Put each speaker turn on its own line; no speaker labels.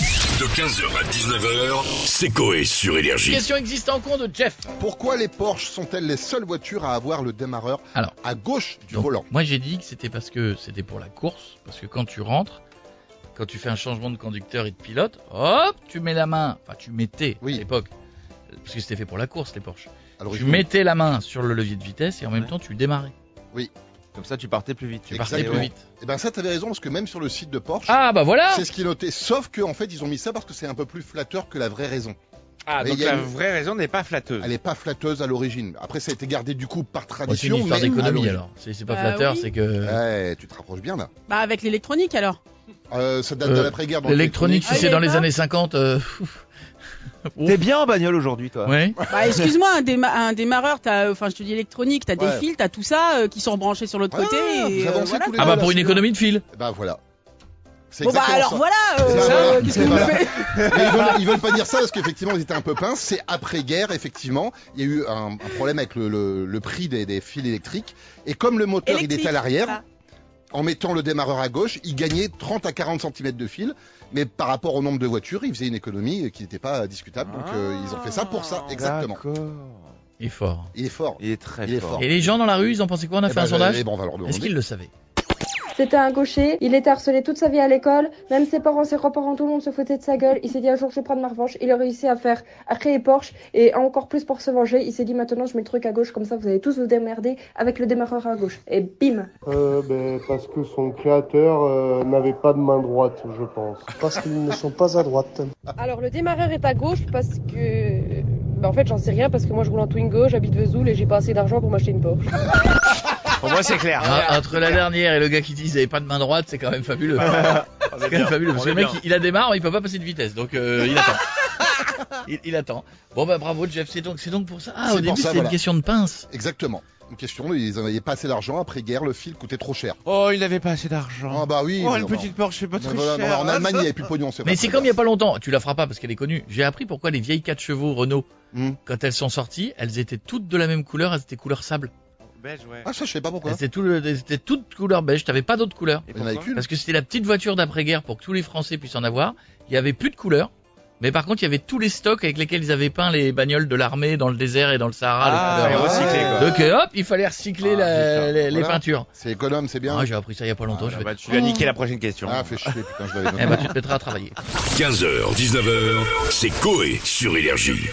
De 15h à 19h, c'est Coé sur Énergie.
Question existe en cours de Jeff.
Pourquoi les Porsche sont-elles les seules voitures à avoir le démarreur
Alors.
à gauche du
Donc,
volant
Moi j'ai dit que c'était parce que c'était pour la course, parce que quand tu rentres, quand tu fais un changement de conducteur et de pilote, hop, tu mets la main, enfin tu mettais
Oui.
à l'époque, parce que c'était fait pour la course les Porsche.
Alors,
Tu mettais la main sur le levier de vitesse et en même temps tu démarrais.
Comme ça, tu partais plus vite.
Tu partais
Exactement.
plus vite.
Et ben ça t'avais raison parce que même sur le site de Porsche,
Ah bah voilà
c'est ce qui est noté. Sauf que en fait ils ont mis ça parce que c'est un peu plus flatteur que la vraie raison.
Ah,
Mais
donc
il y a
la
une-
vraie raison n'est pas flatteuse.
Elle est pas flatteuse à l'origine. Après ça a été gardé du coup par
Bon, C'est
tradition. Ah
une histoire
mais à
d'économie
l'origine-
alors. C'est c'est pas
Bah
flatteur,
oui.
c'est que...
Ouais, tu te rapproches bien là.
Bah avec l'électronique alors.
Euh, ça date
Euh,
de l'après-guerre. donc
L'électronique,
Ah,
si c'est
il
dans
est
les
pas
années 50... euh,
T'es bien en bagnole aujourd'hui,
Ah
toi.
Ouais.
Bah excuse-moi, un, déma- un démarreur, t'as, euh, enfin je te dis électronique, t'as
Ouais.
des fils, t'as tout ça euh, qui sont branchés sur l'autre
Ah,
côté. et,
vous
euh,
avancez
voilà.
tous les
Ah
deux,
bah
là,
pour une
c'est bien.
économie de fil.
Bah voilà. C'est
Bon bah
exactement
alors
ça.
voilà, euh,
C'est ça,
euh,
voilà.
qu'est-ce
C'est
que vous
voilà.
faites
Mais ils, veulent, ils veulent pas dire ça parce qu'effectivement ils étaient un peu pinces. C'est après-guerre, effectivement. Il y a eu un, un problème avec le, le- le prix des, des fils électriques. Et comme le moteur il
Électrique,
était à l'arrière,
ça.
en mettant le démarreur à gauche, il gagnait 30 à 40 cm de fil. Mais par rapport au nombre de voitures, il faisait une économie qui n'était pas discutable. Donc euh, ils ont fait ça pour ça, exactement.
Ah, D'accord.
Et fort.
Il est fort.
Il est très
Il est
fort.
fort.
Et les gens dans la rue, ils en pensaient quoi On a
Eh
fait
ben,
un
je-
sondage
eh ben, on va leur
Est-ce
demander.
qu'ils le savaient
C'était un gaucher, il était harcelé toute sa vie à l'école, même ses parents, ses grands-parents, tout le monde se foutait de sa gueule, il s'est dit un jour je vais prendre ma revanche, il a réussi à faire, à créer Porsche, et encore plus pour se venger, il s'est dit maintenant je mets le truc à gauche, comme ça vous allez tous vous démerder avec le démarreur à gauche. Et bim
Euh, ben, parce que son créateur euh, n'avait pas de main droite, je pense. Parce qu'ils ne sont pas à droite.
Alors le démarreur est à gauche parce que... Bah, en fait j'en sais rien parce que moi je roule en Twingo, j'habite Vesoul et j'ai pas assez d'argent pour m'acheter une Porsche.
Pour moi, c'est clair.
hein.
Ah, Entre la dernière et le gars qui dit ils avaient pas de main droite, c'est quand même fabuleux.
On est
C'est quand
bien.
même fabuleux.
On
Parce que
est
le mec,
bien.
il, il a des marres, mais il peut pas passer de vitesse. Donc, euh, il attend. il, il attend. Bon, bah, bravo, Jeff. C'est donc, c'est donc pour ça. Ah,
C'est
au
pour
début,
ça,
c'était
voilà.
une question de pince.
Exactement. Une question, ils n'avaient pas assez d'argent. Après-guerre, le fil coûtait trop cher.
Oh, il n'avait pas assez
Ah
d'argent.
bah oui.
oh,
mais
une
bon.
petite Porsche, c'est pas
Mais
très
voilà,
cher.
En Allemagne, il n'y avait plus de pognon.
Mais
pas
c'est
très
comme il y a pas
grave.
longtemps. Tu la feras pas parce qu'elle est connue. J'ai appris pourquoi les vieilles 4 chevaux Renault,
Hmm.
quand elles sont sorties, elles étaient toutes de la même couleur. Elles étaient couleur sable.
Belge, ouais.
Ah, ça, je sais pas pourquoi.
elles, étaient tout le- elles étaient toutes couleur beige. T'avais pas d'autres couleurs.
Et
Il y en avait
pourquoi
qu'une.
Parce que c'était la petite voiture d'après-guerre pour que tous les Français puissent en avoir. Il y avait plus de couleurs. Mais par contre, il y avait tous les stocks avec lesquels ils avaient peint les bagnoles de l'armée dans le désert et dans le Sahara.
Ah,
les
et
couleurs.
recyclé, quoi.
Donc euh, hop, il fallait recycler
Ah,
la-
putain.
les, les
Voilà.
peintures.
C'est économe, c'est bien.
Ah, j'ai appris ça il y a pas longtemps. je
Ah,
vais...
bah, tu lui as niqué la prochaine question.
Ah, fais chier, putain, je l'avais
Eh
noté.
ben, tu te mettras à travailler.
15h, 19h, c'est Coé sur Énergie.